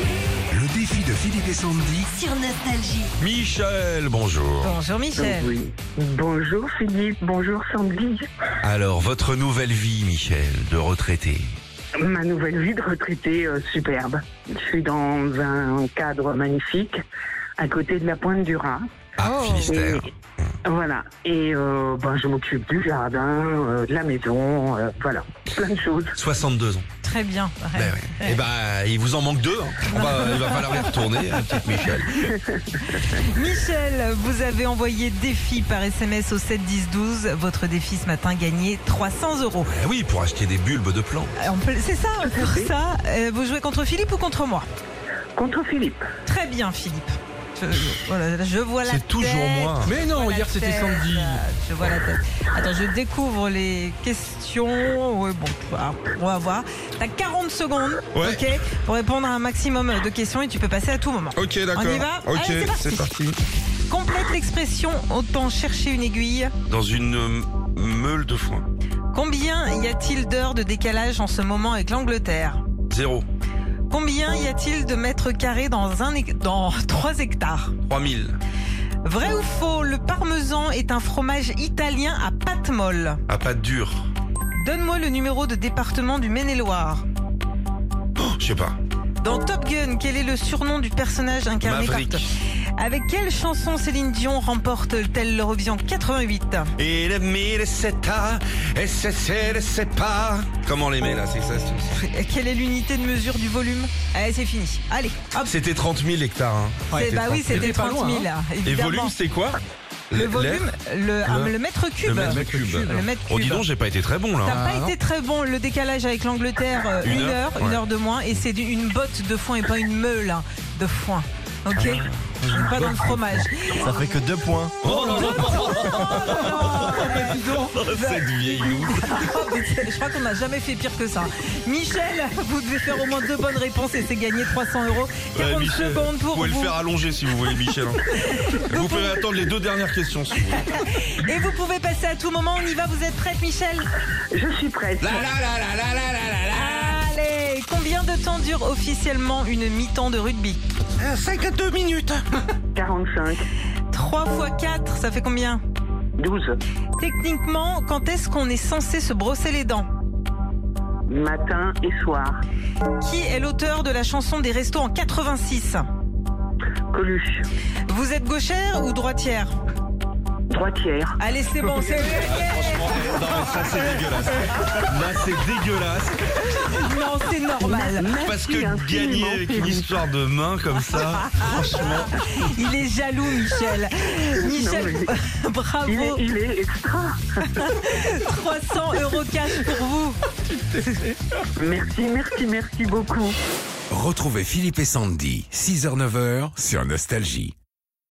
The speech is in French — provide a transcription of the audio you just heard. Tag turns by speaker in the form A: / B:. A: le défi de Philippe et Sandy.
B: sur Nostalgie.
A: Michel, bonjour.
C: Bonjour Michel.
D: Oui. Bonjour Philippe, bonjour Sandy.
A: Alors, votre nouvelle vie, Michel, de retraité.
D: Ma nouvelle vie de retraité euh, superbe. Je suis dans un cadre magnifique à côté de la pointe du Rat.
A: Ah,
C: Oh.
A: Finistère.
D: Voilà. Et euh, ben, je m'occupe du jardin, euh, de la maison, euh, voilà. Plein de choses.
A: 62 ans.
C: Très bien.
A: Eh
C: pareil.
A: Et bah, il vous en manque deux. hein. On va- il va falloir y retourner, hein, petite Michel.
C: Michel, vous avez envoyé défi par SMS au 7 10 12. Votre défi ce matin gagné 300 euros.
A: Eh oui, pour acheter des bulbes de plants.
C: Euh, on peut- C'est ça, pour ça. euh, Vous jouez contre Philippe ou contre moi
D: Contre Philippe.
C: Très bien Philippe. Je, voilà, je vois la
A: C'est toujours
C: tête,
A: moi.
E: Mais non,
C: je vois la
E: hier c'était
C: tête, Euh,
E: samedi.
C: Je vois la tête. Attends, je découvre les questions. Ouais, bon, voilà, on va voir. T'as 40 secondes,
E: Ouais.
C: ok, pour répondre à un maximum de questions et tu peux passer à tout moment.
E: Ok, d'accord.
C: On y va
E: Ok,
C: Allez, c'est parti. Complète l'expression autant chercher une aiguille.
A: Dans une euh, meule de foin.
C: Combien y a-t-il d'heures de décalage en ce moment avec l'Angleterre
A: Zéro.
C: Combien y a-t-il de mètres carrés dans, un hec- dans 3 hectares
A: 3000.
C: Vrai ou faux, le parmesan est un fromage italien à pâte molle.
A: À pâte dure.
C: Donne-moi le numéro de département du Maine-et-Loire.
A: Oh, je sais pas.
C: Dans Top Gun, quel est le surnom du personnage incarné par...
A: Maverick.
C: Avec quelle chanson Céline Dion remporte-t-elle l'Eurovision 88
A: Et le mille c'est à, et c'est c'est le c'est pas. Comment les met là c'est ça, c'est-
C: Quelle est l'unité de mesure du volume Allez, c'est fini. Allez, hop.
A: C'était 30 000 hectares. hein.
C: C'est- bah oui, c'était 30 000, là,
A: Et
C: évidemment.
A: volume, c'est quoi
C: Le
A: L'air
C: volume, le, ah, le mètre cube.
A: Le mètre cube.
C: Le mètre
A: Oh, dis
C: cube.
A: donc, j'ai pas été très bon
C: T'as
A: là. hein.
C: pas été très bon le décalage avec l'Angleterre, euh,
A: Une
C: Ah. une, heure,
A: heure,
C: une
A: ouais.
C: heure de moins, et c'est du- une botte de foin et pas une meule hein, de foin. Ok Pas dans le fromage.
F: Ça fait que deux points.
A: Cette vieille
C: Oh, mais c'est- Je crois qu'on n'a jamais fait pire que ça. Michel, vous devez faire au moins deux bonnes réponses et c'est gagné 300 euros. 40 secondes
A: vous
C: pour
A: pouvez
C: vous.
A: le faire allonger si vous voulez, Michel. hein. vous pouvez attendre les deux dernières questions si vous voulez.
C: Et vous pouvez passer à tout moment. On y va, vous êtes prête, Michel
D: Je suis prête.
C: Allez, combien de temps dure officiellement une mi-temps de rugby
A: 52 minutes.
D: 45,
C: 3 fois 4, ça fait combien
D: 12,
C: Techniquement, quand est-ce qu'on est censé se brosser les dents
D: matin et soir.
C: Qui est l'auteur de la chanson des restos en 86
D: Coluche,
C: Vous êtes gauchère ou droitière
D: droitière.
C: Allez, c'est bon, c'est
A: ça c'est dégueulasse. Là c'est dégueulasse.
C: Non, c'est normal.
A: Parce
D: infiniment,
A: que euh, gagner avec une
D: Philippe.
A: histoire de main comme ça, franchement.
C: Il est jaloux, Michel. Michel,
D: Il est,
C: bravo.
D: il est extra.
C: 300 euros cash pour vous.
D: Merci, merci, merci beaucoup.
G: Retrouvez Philippe et Sandy, 6h-9h sur Nostalgie.